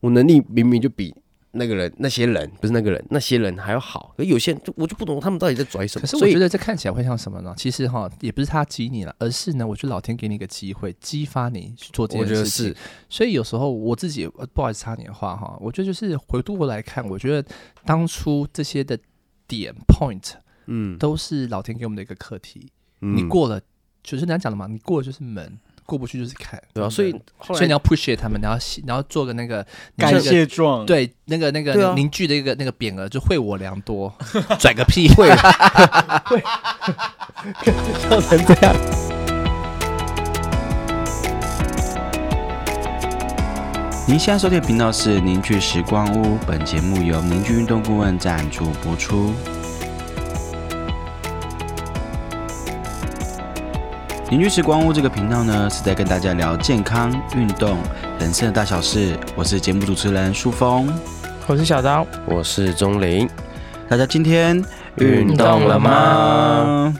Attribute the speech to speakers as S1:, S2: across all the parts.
S1: 我能力明明就比那个人、那些人不是那个人、那些人还要好，可有些人就我就不懂他们到底在拽什
S2: 可
S1: 么。
S2: 是
S1: 所
S2: 我觉
S1: 以
S2: 得这看起来会像什么呢？其实哈，也不是他激你了，而是呢，我觉得老天给你一个机会，激发你去做这
S1: 我觉
S2: 件
S1: 得
S2: 事情
S1: 是。，
S2: 所以有时候我自己呃不好意思插你的话哈，我觉得就是回过头来看，我觉得当初这些的点 point
S1: 嗯，
S2: 都是老天给我们的一个课题。
S1: 嗯
S2: 你过了，就是人家讲的嘛，你过了就是门，过不去就是坎。
S1: 对啊，所以
S2: 门
S1: 后
S2: 所以
S1: 来
S2: 你要 push it 他们，然后你要做个那个
S3: 感。
S2: 你那个
S3: 谢状，，
S2: 对，那个那
S1: 对
S2: 个
S1: 啊
S2: 凝聚的一个那个匾额就惠我良 多，拽个屁！
S1: 会
S2: 笑成这样。
S4: 您现在收听的频道是凝聚时光屋，本节目由凝聚运动顾问赞助播出。凝聚时光屋这个频道呢，是在跟大家聊健康、运动、人生的大小事。我是节目主持人舒峰，
S5: 我是小刀，
S1: 我是钟林，
S4: 大家今天
S1: 运
S5: 动了
S1: 吗？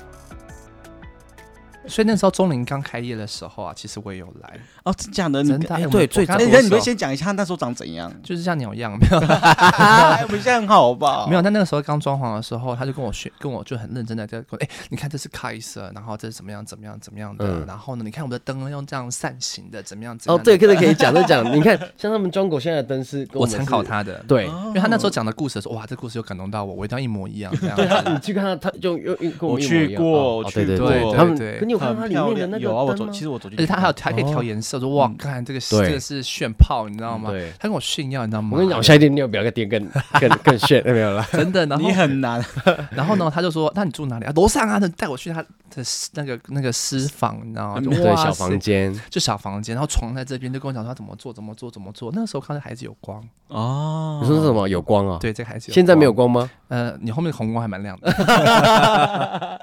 S2: 所以那时候钟林刚开业的时候啊，其实我也有 来，
S3: 哦，真假的，你
S2: 真的
S3: 哎
S2: 哎我
S1: 对
S2: 我
S1: 最
S2: 刚
S1: 早
S3: 哎
S1: 的
S3: 那
S2: 那
S3: 你
S2: 时
S3: 们
S2: 候
S3: 先讲一下那时候长怎样？
S2: 就是像鸟一样，没有啦
S3: 哎，不像好不
S1: 哦
S3: 好？
S2: 没有。，那那个时候刚装潢的时候，他就跟我学，跟我就很认真的在跟我，哎，你看这是开色，然后这是怎么样怎么样怎么样的，
S1: 嗯
S2: 然后呢，你看我们的灯用这样扇形的，怎么样怎
S1: 哦
S2: 么样，的？
S1: 对，可以可以讲，这讲，你看像他们庄狗现在的灯是，跟
S2: 我
S1: 们
S2: 参
S1: 是
S2: 考，他哦的，
S1: 对，
S2: 因为他那时候讲的故事的时候，哇，这故事又感动到我，我一定要一模一样这样
S1: 对啊他，
S2: 子。
S1: 你去看他，他就用用跟
S3: 我
S1: 们一模一
S3: 去
S1: 样
S3: 过
S1: 哦
S3: 我
S1: 哦
S3: 去
S1: 对对
S2: 过
S1: 对，
S2: 对
S1: 他们
S2: 对
S1: 可你有看它
S3: 很
S1: 里
S3: 漂
S1: 面的
S3: 亮，
S1: 那个
S3: 有啊，我
S1: 灯
S3: 走，
S1: 吗
S3: 其实我走进
S2: 而且
S3: 去
S2: 哎
S3: 看，
S2: 他还有还可以调
S1: 哦
S2: 颜色，说哇
S3: 嗯，
S2: 看这个
S1: 对
S2: 这个是炫炮，你知道吗
S1: 嗯？对
S2: 他跟我炫耀，你知道吗？
S1: 我跟你讲，我下一天你有比那个店更更更炫，没有啦。
S2: 真的，然后
S3: 你很难，
S2: 然后呢，他就说：“那你住哪里啊？楼上啊，那你带我去他的私那个那个私房，你知道吗？就
S1: 嗯对，
S2: 哇
S1: 小
S2: 塞
S1: 房间，
S2: 就小房间，然后床在这边，就跟我讲说他怎么做，怎么做，怎么做。那个时候看到孩子有光，
S3: 哦
S1: 你说是什么有光啊？，
S2: 对，这个孩子有
S1: 现在没有
S2: 光。
S1: 光吗？
S2: 呃，你后面的红光还蛮亮的。
S1: 哦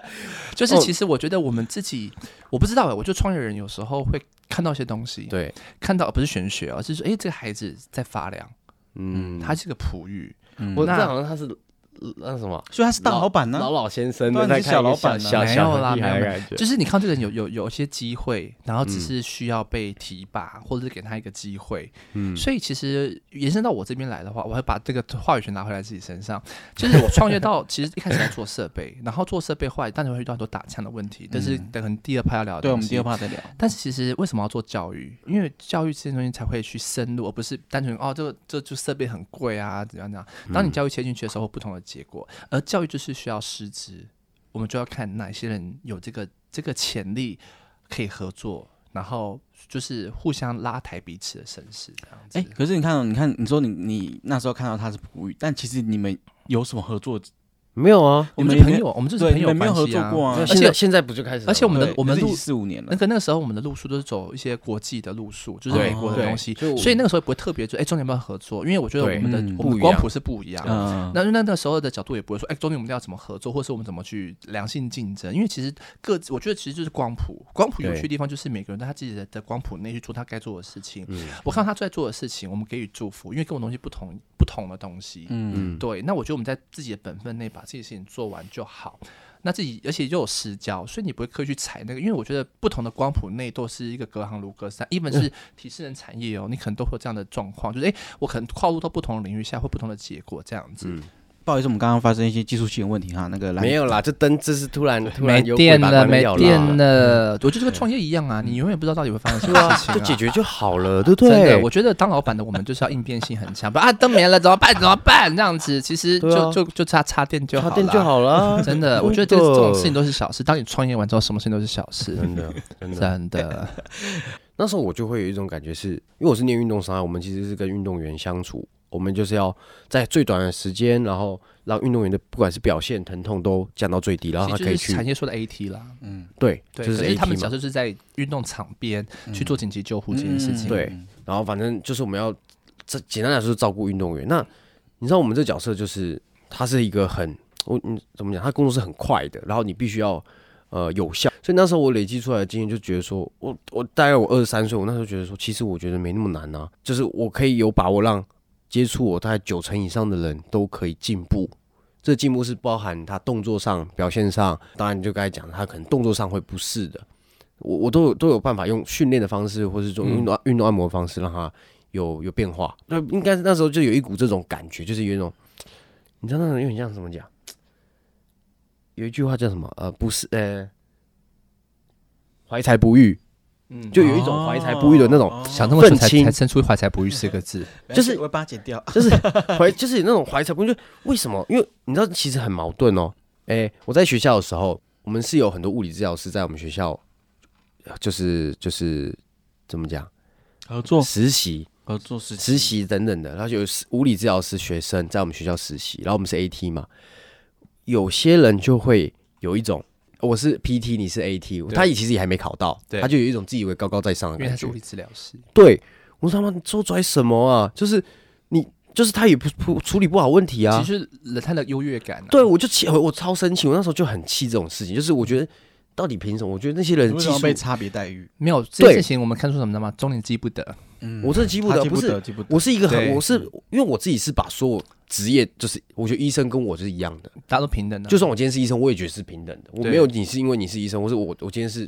S2: 就是其实我觉得我们自己，我不知道哎，我觉得创业人有时候会看到一些东西，，
S1: 对，
S2: 看到不是玄学而是说哎，这个孩子在发亮，
S1: 嗯，
S2: 他是个璞玉，
S3: 嗯
S1: 我
S2: 那
S1: 这好像他是呃那什么
S3: 所以他是大老板
S1: 老
S3: 呢，
S1: 老先生，
S3: 对啊
S1: 在
S3: 你是
S1: 开一个
S3: 小老板啊
S1: 小
S2: 没
S1: 小
S2: 有啦
S1: 厉害
S2: 没
S1: 的
S2: 有
S1: 感觉，
S2: 就是你看这个人有有有一些机会，然后只
S1: 嗯
S2: 是需要被提拔，或者是给他一个机会，
S1: 嗯，
S2: 所以其实延伸到我这边来的话，我会把这个话语权拿回来自己身上。就是我创业到，其实一开始在做设备，然后做设备后来当然会遇到很多打枪的问题，但是
S3: 嗯
S2: 等可能第二趴要聊的
S3: 对我们
S2: 东西
S3: 第二。趴再聊。
S2: 但是其实为什么要做教育？因为教育这些东西才会去深入，而不是单纯哦，这个这就设备很贵啊，怎样怎样。
S3: 嗯
S2: 当你教育切进去的时候，会有不同的结果。而教育就是需要师资，我们就要看哪些人有这个这个潜力可以合作，然后就是互相拉抬彼此的身世这样子。
S3: 哎，可是你看哦，你看，你说你你那时候看到他是普语，但其实你们有什么合作？
S1: 没有啊。
S2: 我们是
S3: 你们
S2: 朋
S3: 也
S2: 友，我们就是
S3: 对，
S2: 朋
S3: 你
S2: 友
S3: 们没有
S2: 关
S3: 合
S2: 系
S3: 作
S2: 啊。
S3: 过啊
S1: 那。
S2: 且
S1: 现在现在不就开始了吗？
S2: 而且我们的
S3: 对
S2: 我们
S3: 可是
S2: 路
S3: 你四五年了
S2: 那，个那个时候，我们的路数都是走一些国际的路数，就是
S1: 对
S2: 美国的
S1: 对
S2: 东西，
S1: 就我
S2: 所以那个时候也不会特别就哎，中年要不要合作？因为我觉得我
S1: 对
S2: 们的
S3: 嗯
S2: 我们
S1: 不一
S2: 光
S1: 样
S2: 谱是不一样。
S3: 嗯，
S2: 那那那个时候的角度也不会说，哎，中年我们要怎么合作，或是我们怎么去良性竞争？因为其实各自，我觉得其实就是光谱，光谱有
S1: 对
S2: 趣的地方就是每个人在他自己的的光谱内去做他该做的事情。
S1: 嗯
S2: 我看到他在做的事情，我们给予祝福，因为跟我东西不同，不同的东西。
S3: 嗯，
S1: 嗯，
S2: 对，那我觉得我们在自己的本分内把自己的事情做完就好。那自己而且又有私交，所以你不会刻意去踩那个，因为我觉得不同的光谱内都是一个隔行如隔山，even
S3: 嗯
S2: 是体适能产业哦，你可能都会有这样的状况，就是诶，哎我可能跨入到不同的领域下会不同的结果这样子。
S1: 嗯
S3: 不好意思，我们刚刚发生一些技术性的问题哈，那个来
S1: 没有啦，这灯这是突然突
S2: 没
S1: 然有
S2: 电
S1: 鬼把
S2: 了，
S1: 关
S2: 没
S1: 掉啦嗯
S2: 电，了，我觉得这个创业一样啊，你永远不知道到底会发生什么事情、啊，
S1: 就解决就好了，对不
S2: 真的，
S1: 对？
S2: 我觉得当老板的我们就是要应变性很强，不啊灯没了怎么办？怎么办？这样子其实就、
S1: 对啊
S2: 就就插插电就好
S1: 插
S2: 了，
S1: 电就好了，
S2: 真的，我觉得这这种事情都是小事。当你创业完之后，什么事情都是小事，
S1: 真的真的。
S2: 真的。
S1: 那时候我就会有一种感觉是，因为我是念运动啊伤害，我们其实是跟运动员相处，我们就是要在最短的时间，然后让运动员的不管是表现、疼痛都降到最低，然后他
S2: 其
S1: 可
S2: 实
S1: 以
S2: 就是
S1: 去
S2: 产业说的 AT 啦，
S3: 嗯，
S1: 对，
S2: 对，
S1: 就
S2: 可
S1: 是
S2: 是他们
S1: AT
S2: 小
S1: 嘛。
S2: 时候就是在运动场边去做紧急救护这件事情。
S3: 嗯
S1: 对，然后反正就是我们要这简单来说是照顾运动员。那你知道我们这角色就是他是一个很我嗯怎么讲，他工作是很快的，然后你必须要呃有效。所以那时候我累积出来的经验就觉得说，我我大概我二十三岁，我那时候觉得说，其实我觉得没那么难啊，就是我可以有把握让接触我大概九成以上的人都可以进步。这进步是包含他动作上、表现上，当然你就刚才讲，他可能动作上会不适的，我我都有都有办法用训练的方式，或是这种运动、运动按摩的方式，让他有有变化。那应该那时候就有一股这种感觉，就是有一种，你知道那种有点像怎么讲？有一句话叫什么？呃，不是，呃，怀才不遇，
S2: 嗯，哦
S1: 就有一种怀才不遇的那种，
S2: 想那么久
S1: 愤
S2: 才
S1: 青嗯
S2: 才生出“怀才不遇”四个字，
S1: 就是
S3: 我会把它剪掉。
S1: 就是怀，就是有那种怀才不遇。就为什么？因为你知道，其实很矛盾哦。哎、我在学校的时候，我们是有很多物理治疗师在我们学校，呃就是就是怎么讲
S3: 合作
S1: 实习，
S3: 合作时期
S1: 实习等等的，然后有物理治疗师学生在我们学校实习，然后我们是 AT 嘛，有些人就会有一种我是 PT，你是 AT，他也其实也还没考到，
S2: 对
S1: 他就有一种自以为高高在上的
S2: 因为他
S1: 感
S2: 是
S1: 觉
S2: 物。理治疗师。
S1: 对，我说他妈你做出来什么啊？就是你，就是他也不不处理不好问题啊。
S2: 其实人他的优越感、啊，
S1: 对，我就气，我我超生气，我那时候就很气这种事情，就是我觉得到底凭什么？我觉得那些人
S3: 为
S1: 技
S3: 什么
S1: 术
S3: 要，被差别待遇？
S2: 没有这件
S1: 对
S2: 事情，我们看出什么呢吗？中年记不得，
S3: 嗯
S1: 我真的记不得，
S3: 他
S1: 不是
S3: 记不得，
S1: 我是一个很，
S2: 对
S1: 我是因为我自己是把所有职业，就是我觉得医生跟我就是一样的，
S2: 大家都平等的、
S1: 就算我今天是医生，我也觉得是平等的，我没有你是因为你是医生，或是我我今天是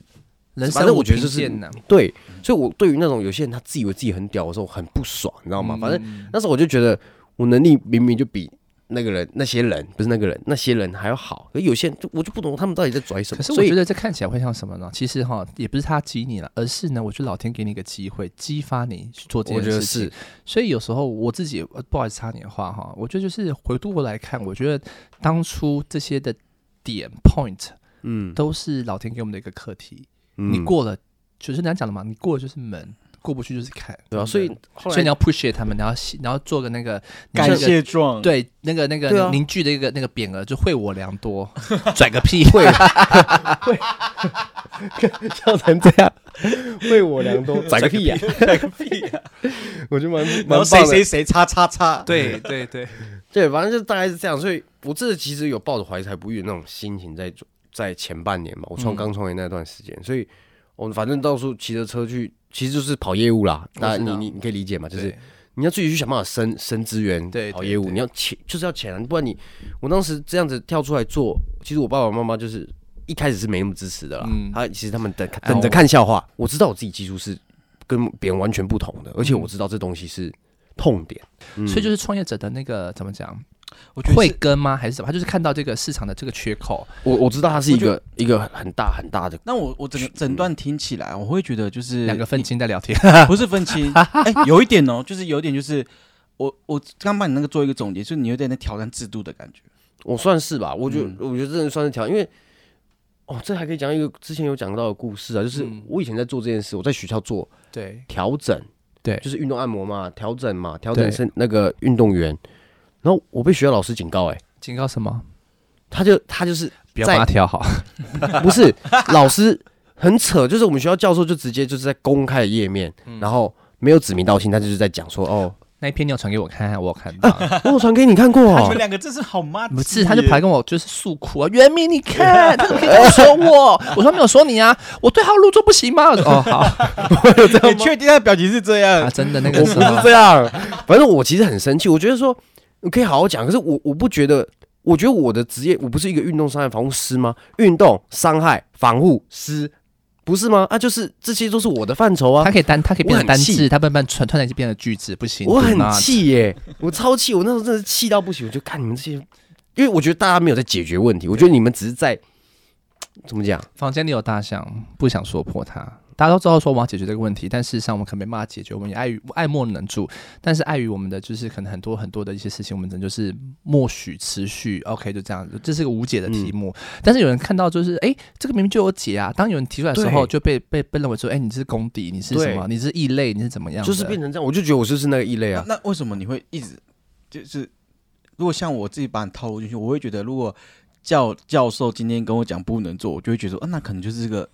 S2: 人
S1: 反
S2: 生
S1: 正
S2: 无
S1: 我觉得
S2: 贫
S1: 就是
S2: 贱呢、
S1: 对，所以我对于那种有些人他自以为自己很屌的时候很不爽，你知道
S2: 嗯
S1: 吗？反正那时候我就觉得我能力明明就比那个人、那些人不是那个人、那些人还要好，可有些人就我就不懂他们到底在拽什
S2: 可
S1: 么。
S2: 是我
S1: 所以
S2: 觉得这看起来会像什么呢？其实哈，也不是他激你了，而是呢，我觉得老天给你一个机会，激发你去做这
S1: 我
S2: 件
S1: 觉得
S2: 事情。
S1: 是
S2: 所以有时候我自己呃不好意思插你的话哈，我觉得就是回过头来看，我觉得当初这些的点 point
S1: 嗯，
S2: 都是老天给我们的一个课题。你
S1: 嗯
S2: 过了，就是人家讲的嘛，你过了就是门，过不去就是坎。嗯
S1: 对啊，所以后
S2: 所以
S1: 来
S2: 你要 push 他们，然后然后做个那个
S3: 感。
S2: 那个
S3: 谢状，
S2: 对，那个那
S1: 对
S2: 个
S1: 啊
S2: 凝聚的一个那个匾额，就惠我良 多，拽个屁！
S1: 会会笑成这样，为我良 多，宰个屁呀、
S3: 对个屁啊！
S1: 我觉得蛮
S3: 然
S1: 蛮棒
S3: 后谁
S1: 的。
S3: 谁谁叉叉叉，
S2: 对对对，
S1: 对，反正就大概是这样，所以我这其实有抱着怀才不遇的那种心情在做在前半年嘛，我创
S2: 嗯
S1: 刚创业那段时间，所以我反正到处骑着车去，其实就是跑业务啦。那
S2: 知
S1: 你
S2: 道
S1: 你你可以理解嘛，就是
S2: 对
S1: 你要自己去想办法升升资源，
S2: 对
S1: 跑
S2: 对
S1: 业务，
S2: 对
S1: 你要钱就是要钱啊，不然你我当时这样子跳出来做，其实我爸爸妈妈就是一开始是没那么支持的啦，
S2: 嗯
S1: 他其实他们等
S2: 哎
S1: 等着
S2: 我嗯
S1: 看笑话。我知道我自己技术是跟别人完全不同的，而且我知道这东西是痛点， 嗯
S2: 所以就是创业者的那个怎么讲，
S3: 我觉得
S2: 慧
S3: 是
S2: 根吗？还是什么？他就是看到这个市场的这个缺口，
S1: 我我知道它是一个一个很大很大的
S3: 那我我整个整段听起来，我会觉得就是
S2: 两个愤青在聊 天。
S3: 不是分清，哎、有一点哦，就是有一点就是我我刚帮你那个做一个总结，就是你有点在挑战制度的感觉。
S1: 我算是吧，我觉得、我觉得真的算是挑，因为哦，这还可以讲一个之前有讲到的故事啊，就是
S2: 嗯
S1: 我以前在做这件事，我在学校做
S2: 对
S1: 调整，
S2: 对
S1: 就是运动按摩嘛，调整嘛，调整
S2: 对
S1: 身那个运动员，然后我被学校老师警告、哎，
S2: 警告什么？
S1: 他就他就是
S2: 不要
S1: 在
S2: 把它调好。
S1: 不是老师很扯，就是我们学校教授就直接就是在公开的页面，然后没有指名道姓，他就是在讲说哦，
S2: 那一篇你有传给我看看，我有看到。
S1: 我有传给你看过
S3: 他
S1: 哦
S3: 觉得，两个真是好妈鸡耶，
S2: 不是，他就跑来跟我就是诉苦啊，袁明，你看他怎么可以这样说我？ 我说没有说你啊，我对号入座不行吗？ 我说哦 好啊，
S3: 你确定他的表情是这样？
S2: 真的那
S1: 我
S2: 个
S1: 不
S2: 时
S1: 是
S2: 候
S1: 这样，反正我其实很生气，我觉得说你可以好好讲，可是我我不觉得，我觉得我的职业我不是一个运动伤害防护师吗？运动伤害防护师不是吗？啊，就是这些都是我的范畴啊
S2: 他。可以单，他可以变
S1: 我
S2: 成
S1: 很
S2: 单
S1: 气
S2: 字，他慢慢传，突然就变成句子，不行。
S1: 我
S2: do
S1: 很
S2: not
S1: 气耶、我超气，我那时候真的是气到不行，我就看你们这些，因为我觉得大家没有在解决问题，我觉得你们只是在怎么讲？
S2: 房间里有大象，不想说破它。大家都知道说我们要解决这个问题，但事实上我们可能没办法解决，我们也碍于爱莫能助。但是碍于我们的就是可能很多很多的一些事情，我们只能就是默许、持续，OK，就这样子，这是个无解的题目。但是有人看到就是，哎、这个明明就有解啊。当有人提出来的时候，
S1: 对
S2: 就被被被认为说，哎、你是公敌，你是什么？你是异类，你是怎么样的？
S1: 就是变成这样，我就觉得我就是那个异类啊。
S3: 那那为什么你会一直就是？如果像我自己把你套路进去，我会觉得，如果教教授今天跟我讲不能做，我就会觉得，啊，那可能就是这个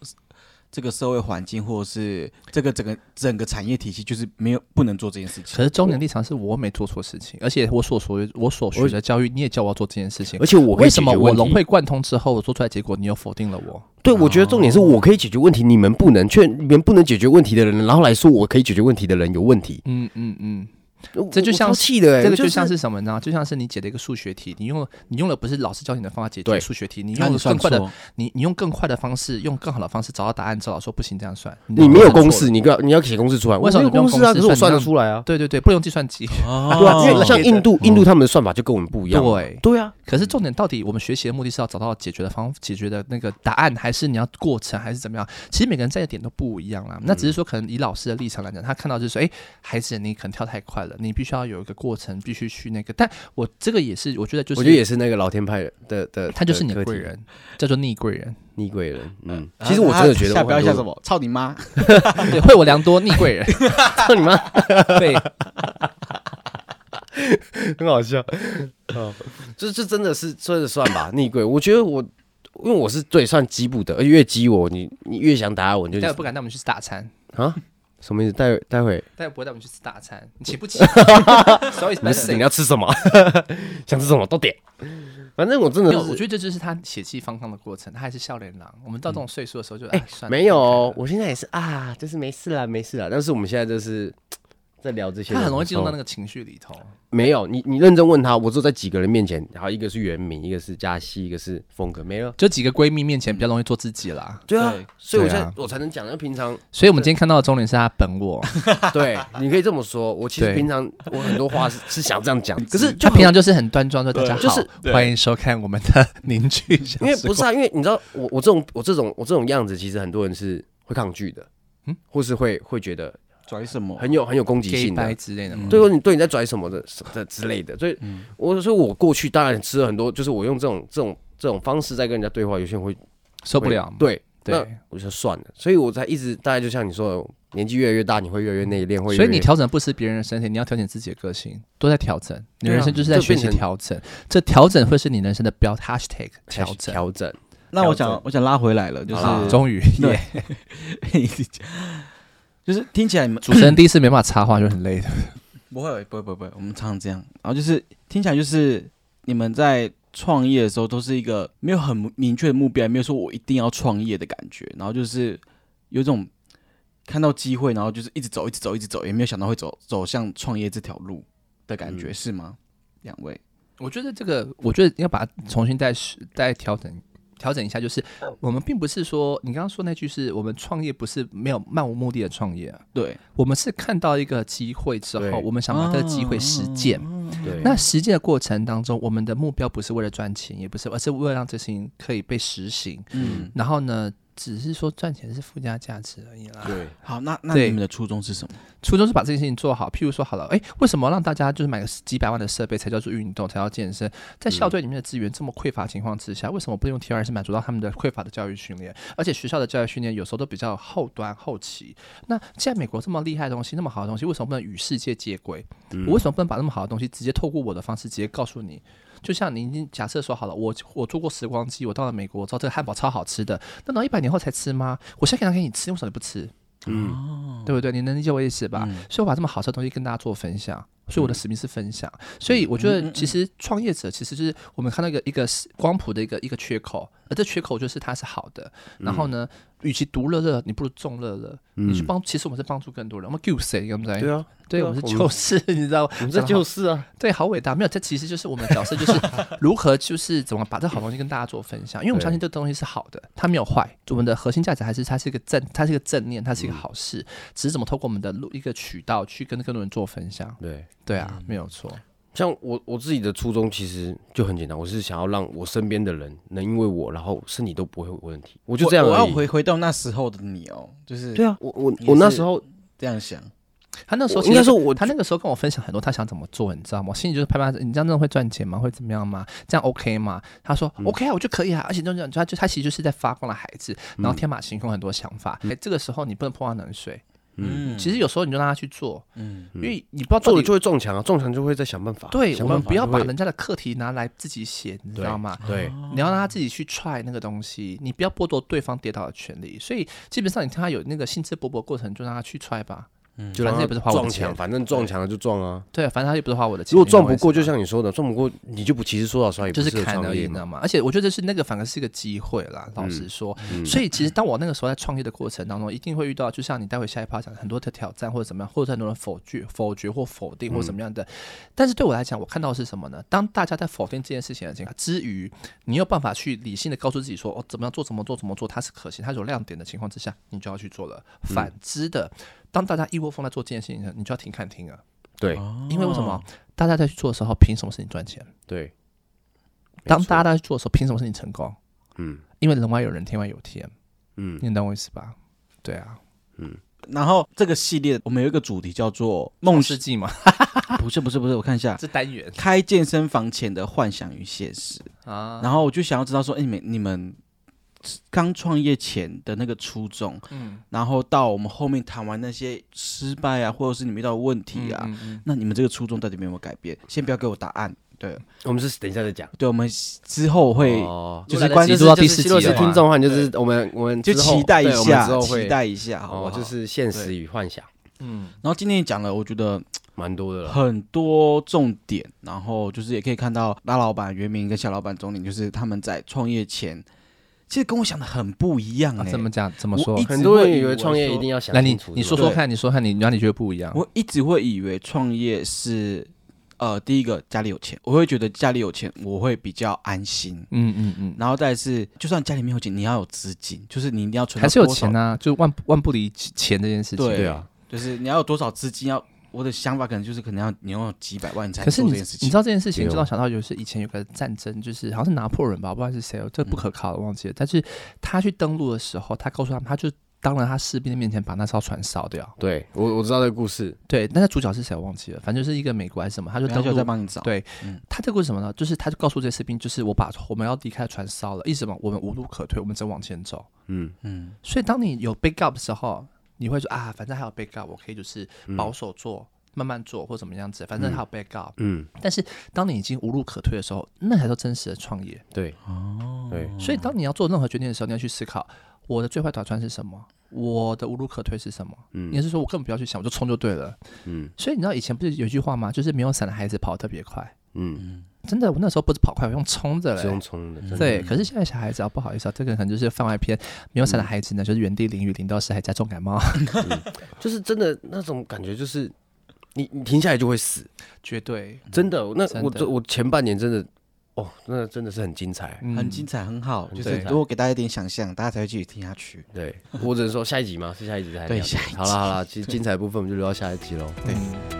S3: 这个社会环境，或者是这个整个整个产业体系，就是没有不能做这件事情。
S2: 可是中年立场是我没做错事情，而且我所所我所学的教育，你也叫我要做这件事情
S1: 而。且我可以
S2: 为
S1: 解
S2: 什
S1: 决
S2: 么我
S1: 问题
S2: 融会贯通之后，我做出来结果你又否定了我？
S1: 对，我觉得
S2: 哦
S1: 重点是我可以解决问题，你们不能，却你们不能解决问题的人，然后来说我可以解决问题的人有问题，
S2: 嗯嗯嗯，这就像
S1: 我超气的哎，
S2: 这个
S1: 就
S2: 就像是什么呢？就像是你解的一个数学题，你用了你用了不是老师教你的方法解决
S1: 对
S2: 数学题，你
S3: 那
S2: 用了
S3: 你
S2: 更
S3: 算
S2: 快的，
S3: 错，
S2: 你你用更快的方式，用更好的方式找到答案，指导说不行这样算，
S1: 你没有
S2: 算错
S1: 公
S2: 了
S1: 式，。你要你要写公式出来，
S2: 为什
S1: 我
S2: 么你不用
S1: 没有公式啊？
S2: 公式
S1: 可是我算
S2: 算
S1: 得
S2: 你
S1: 出来啊，
S2: 对对对，不用计算机。
S1: 对啊，因为
S2: 哦
S1: 像印度
S3: 嗯
S1: 印度他们的算法就跟我们不一样嘛，
S2: 对，
S1: 对啊，
S2: 可是重点到底我们学习的目的是要找到解决的方解决的那个答案，还是你要过程，还是怎么样？其实每个人在意的点都不一样啦。
S1: 嗯
S2: 那只是说，可能以老师的立场来讲，他看到就是说，哎、孩子你可能跳太快了，你必须要有一个过程，必须去那个。但我这个也是，我觉得就是，
S1: 我觉得也是那个老天派的的的，
S2: 他就是你
S1: 的
S2: 的
S1: 课
S2: 贵
S1: 题，
S2: 人，啊叫做逆贵 人，
S1: 逆贵人，嗯，其实我真的觉得
S3: 下
S1: 我
S3: 不要
S1: 很
S3: 下
S1: 多
S3: 什么，操你妈！
S2: 啊对， 惠我良多逆贵人，
S1: 操 你妈，
S2: 对，
S1: 很好 笑，哦，这这真的是真的算吧，逆贵，我觉得我。因为我是最算激不得，而且越激我，你你越想打我，你就
S2: 待会不敢带我们去吃大餐，
S1: 啊，什么意思？待会待会
S2: 待会不会带我们去吃大餐，你起不起 ？Sorry，
S1: 没事，你要吃什么？ 想吃什么都点，反正我真的
S2: 没有，
S1: 是
S2: 我觉得这就是他血气方刚的过程，他还是笑脸狼。我们到这种岁数的时候就哎、算了，
S1: 没有哦，
S2: 看
S1: 我现在也是啊，就是没事啦，没事啦。但是我们现在就是在聊这些
S2: 看
S1: 的时候，
S2: 他很容易进入到那个情绪里头。
S1: 没有你，你认真问他，我只有在几个人面前，然后一个是袁明，一个是嘉熙，一个是峰哥，没了。
S2: 就几个闺蜜面前比较容易做自己啦。
S1: 对啊，
S3: 对
S1: 所以我
S2: 对
S1: 现
S2: 啊
S1: 在我才能讲，那平常
S2: 所以我们今天看到的重点是她本 我，
S1: 对，你可以这么说。我其实
S2: 对
S1: 平常我很多话是是想这样讲，可是就
S2: 她平常就是很端庄，说大家好，
S1: 就是
S2: 欢迎收看我们的 凝聚小时
S1: 因
S2: 光。
S1: 为不是啊，因为你知道我我这种我这种我这种样子，其实很多人是会抗拒的，嗯
S2: 嗯，
S1: 或是会会觉得
S3: 拽什么？
S1: 很有很有攻击
S2: gay
S1: 性的
S2: 掰，之类的嘛。
S1: 对，或者你对你在拽什么的什的之类的，所以
S2: 嗯
S1: 我所以我过去当然吃了很多，就是我用这种这种这种方式在跟人家对话，有些人会
S2: 受不了
S1: 会。对，那
S2: 对，
S1: 我就算了，所以我才一直大概就像你说的，年纪越来越大，你会越来越内敛，会越
S2: 所
S1: 来
S2: 以
S1: 越
S2: 你调整不是别人的身体，你要调整自己的个性，都在调整。你人生就是在
S1: 就
S2: 学
S1: 变
S2: 习
S1: 成
S2: 调整，这调整会是你人生的标 hashtag 调整。
S1: 调整，
S3: 那我
S2: 调整
S3: 想，我想拉回来了，就
S1: 好啦
S3: 是
S2: 啊终于，
S3: 对
S2: 耶
S3: 一直讲就是听起来你们
S2: 主持人第一次没办法插话就很累的。
S3: 不会，不会，不会，我们常常这样。然后就是听起来就是你们在创业的时候都是一个没有很明确的目标，也没有说我一定要创业的感觉，然后就是有种看到机会，然后就是一直走，一直走，一直走，也没有想到会走走向创业这条路的感觉，
S1: 嗯
S3: 是吗？两位，
S2: 我觉得这个，我觉得要把它重新再是再调整调整一下，就是我们并不是说你刚刚说那句是我们创业不是没有漫无目的的创业、啊，
S3: 对，
S2: 我们是看到一个机会之
S1: 对
S2: 后，我们想把这个机会实践。
S1: 对，
S2: 那实践的过程当中，我们的目标不是为了赚钱，也不是，而是为了让这事情可以被实行。
S3: 嗯，
S2: 然后呢，只是说赚钱是附加价值而已啦。
S1: 对，
S3: 好，那那
S2: 对
S3: 你们的初衷是什么？
S2: 初衷是把这件事情做好。譬如说，好了，哎、为什么让大家就是买个几百万的设备才叫做运动，才叫健身？在校队里面的资源这么匮乏的情况之下，为什么不用 TRS 满足到他们的匮乏的教育训练？而且学校的教育训练有时候都比较后端后期。那既然美国这么厉害的东西，那么好的东西，为什么不能与世界接轨？
S3: 嗯
S2: 我为什么不能把那么好的东西直接透过我的方式直接告诉你？就像你已经假设说好了，我我坐过时光机，我到了美国，我知道这个汉堡超好吃的，那等一百年后才吃吗？我现在拿给你吃，为什么你不吃？
S1: 嗯，
S2: 对不对？你能理解我意思吧？
S3: 嗯
S2: 所以我把这么好吃的东西跟大家做分享，所以我的使命是分享。所以我觉
S3: 嗯嗯
S2: 得，
S3: 嗯
S2: 其实创业者其实就是我们看到一个一个光谱的一个一个缺口，而这缺口就是它是好的。
S3: 嗯
S2: 然后呢，与其独乐乐，你不如众乐乐。你去帮，其实我们是帮助更多人，我们救谁？对不对？
S1: 对啊，
S2: 对，我们是 救世，你知道吗？
S1: 我们这就是啊，
S2: 对，好伟大！没有，这其实就是我们的角色， 就是如何就是怎么把这好东西跟大家做分享，因为我们
S1: 对
S2: 相信这东西是好的，它没有坏。我们的核心价值还是它是一个正，它是一个正念，它是
S1: 嗯
S2: 一个好事，只是怎么透过我们的路一个渠道去跟更多人做分享。
S1: 对。
S2: 对啊，
S1: 嗯
S2: 没有错。
S1: 像我我自己的初衷其实就很简单，我是想要让我身边的人能因为我，然后身体都不会有问题，我就这样
S3: 我我
S1: 而
S3: 要
S1: 已。
S3: 回回到那时候的你哦，就是
S1: 对啊，我我
S3: 也是
S1: 我那时候
S3: 这样想，
S2: 他那时候
S1: 我
S2: 其实
S1: 应该说我
S2: 他那个时候跟我分享很多他想怎么做，你知道吗？我心里就是拍拍他，你这样真的会赚钱吗？会怎么样吗？这样 OK 吗？他说、OK
S1: 嗯
S2: 啊，我就可以啊，而且就这样，他就他其实就是在发光的孩子，然
S1: 嗯
S2: 后天马行空很多想法。哎、这个时候你不能泼他冷水，
S3: 嗯，
S2: 其实有时候你就让他去做，
S3: 嗯，
S2: 因为你不知道到
S1: 做
S2: 底
S1: 了就会撞墙啊，撞墙就会再想办法。
S2: 对，我
S1: 想办
S2: 们
S1: 法
S2: 不要
S1: 就
S2: 把啊
S1: 会
S2: 人家的课题拿来自己写，你知
S1: 对哦
S2: 道吗？
S1: 对
S2: 你要让他自己去 try 那个东西，你不要剥夺对方跌倒的权利。所以基本上，你看他有那个兴致勃勃的过程，就让他去 try 吧。
S3: 嗯
S1: 就
S2: 反
S1: 让
S2: 正
S1: 他
S2: 也不是花我的
S1: 撞
S2: 钱
S1: 墙，反正撞墙了就撞啊。
S2: 对，反正他也不是花我的钱。
S1: 如果撞不过，
S2: 因为我也
S1: 就是像你说的，撞不过你就不其实说老实话也不
S2: 就是
S1: 适合
S2: 砍而
S1: 创
S2: 已，
S1: 业
S2: 你知
S1: 嘛。嗯
S2: 道吗？而且我觉得是那个反而是一个机会啦，老实说。所以其实当我那个时候在创业的过程当中，一定会遇到，就像你待会下一趴讲的很多的挑战或者怎么样，或者很多人否决、否决或否定或怎
S1: 嗯
S2: 么样的。但是对我来讲，我看到的是什么呢？当大家在否定这件事情的情况之余，你有办法去理性的告诉自己说，哦，怎么样做，怎么做，怎么做，它是可行，它是有亮点的情况之下，你就要去做了。
S1: 嗯
S2: 反之的，当大家一窝蜂在做这件事情的时候，你就要停看停啊，
S1: 对
S2: 因为为
S3: 哦
S2: 什
S1: 哦
S2: 么？大家在去做的时候，凭什么是你赚钱？
S1: 对，
S2: 当大家
S1: 家
S2: 都在做的时候，凭什么是你成功？
S1: 嗯
S2: 因为人外有人，天外有天，
S1: 嗯
S2: 你懂我意思吧？对啊，
S3: 然后这个系列我们有一个主题叫做梦
S2: 创世纪嘛，
S3: 不是不是不是，我看一下。
S2: 这单元
S3: 开健身房前的幻想与现实，
S2: 啊，
S3: 然后我就想要知道说，哎、你们你们刚创业前的那个初衷，
S2: 嗯，
S3: 然后到我们后面谈完那些失败啊，或者是你们遇到的问题啊，
S2: 嗯嗯
S3: 那你们这个初衷到底有没有改变？先不要给我答案，对
S1: 我们是等一下再讲。
S3: 对，我们之后会、
S1: 哦
S3: 就是
S1: 如果
S3: 关
S1: 就是
S2: 如果到第四集
S1: 如果是
S2: 的话
S1: 听众的话，你就是我们我们
S3: 就
S1: 之后
S3: 期待一
S1: 对我们
S3: 下
S1: 之后，会
S3: 期待一下，好不
S1: 哦
S3: 好？，
S1: 就是现实与幻想，
S2: 嗯
S3: 然后今天讲了，我觉得
S1: 蛮多的了。
S3: 很多重点，然后就是也可以看到拉老板、袁明跟小老板总领，就是他们在创业前，其实跟我想的很不一样
S2: 嗯，啊
S3: 哎、
S2: 怎么讲？怎么
S3: 我
S2: 说
S3: 一？直
S1: 很多人
S3: 会
S1: 以为
S3: 为
S1: 创业
S3: 说
S1: 一定要想
S2: 那
S1: 清
S2: 你
S1: 楚
S2: 你
S1: 是
S2: 说
S1: 吧
S2: 说
S3: 对
S2: 看，你说看你，然后你觉得不一样？
S3: 我一直会以为创业是，呃，第一个家里有钱，我会觉得家里有钱我会比较安心。
S2: 嗯嗯嗯，
S3: 然后再来是，就算家里没有钱，你要有资金，就是你一定要存到
S2: 还是有
S3: 多少
S2: 钱啊，就万万不离钱这件事情。
S3: 对
S1: 对啊，
S3: 就是你要有多少资金？要我的想法可能就是可能要你要有几百万你才
S2: 可是
S3: 能做
S2: 你
S3: 这件事
S2: 你
S3: 情
S2: 知。道这件事情，
S1: 对哦
S2: 就让我想到就是以前有个战争，就是好像是拿破仑吧，我不知道是谁哦，
S3: 嗯
S2: 这不可靠的忘记了。但是他去登陆的时候，他告诉他们，他就当着他士兵的面前把那艘船烧掉。
S1: 对我我知道这个故事，
S2: 对，那个主角是谁我忘记了，反正就是一个美国还是什么，他就
S3: 然后
S2: 登
S3: 就
S2: 陆
S3: 在帮你找，
S2: 对
S3: 嗯，
S2: 他这个为什么呢？就是他就告诉这些士兵，就是我把我们要离开的船烧了，意思什么？我们无路可退，我们只能往前走。
S1: 嗯，
S3: 嗯，
S2: 所以当你有 backup 的时候，你会说啊，反正还有 backup，我可以就是保守做。慢慢做或怎么样子，反正还有 backup、
S1: 嗯，
S2: 但是当你已经无路可退的时候，那才叫真实的创业。
S1: 对，哦，对，
S2: 所以当你要做任何决定的时候，你要去思考我的最坏打算是什么，我的无路可退是什么。
S1: 嗯
S2: 也是说我根本不要去想，我就冲就对了。
S1: 嗯
S2: 所以你知道以前不是有一句话吗？就是没有伞的孩子跑得特别快。
S1: 嗯，
S2: 真的，我那时候不是跑快，我用冲的
S1: 是用
S2: 嘞。
S1: 冲的，真的
S2: 嗯对，可是现在小孩子啊，不好意思啊，这个可能就是番外篇。没有伞的孩子呢，就是原地淋雨淋到湿，还加重感冒，
S1: 就是真的那种感觉，就是你你停下来就会死，
S2: 绝对
S1: 真的。那
S2: 真
S1: 我
S2: 的
S1: 这我前半年真的，哦，那真的是很精彩。
S2: 嗯
S3: 很精彩，很好。就
S1: 对
S3: 是如果给大家一点想象，大家才会继续听下去。
S1: 对，我只能说下一集吗？是下一集才
S3: 对
S1: 聊
S3: 下一集
S1: 好了好了，其实精彩的部分我们就留到下一集喽。
S2: 对。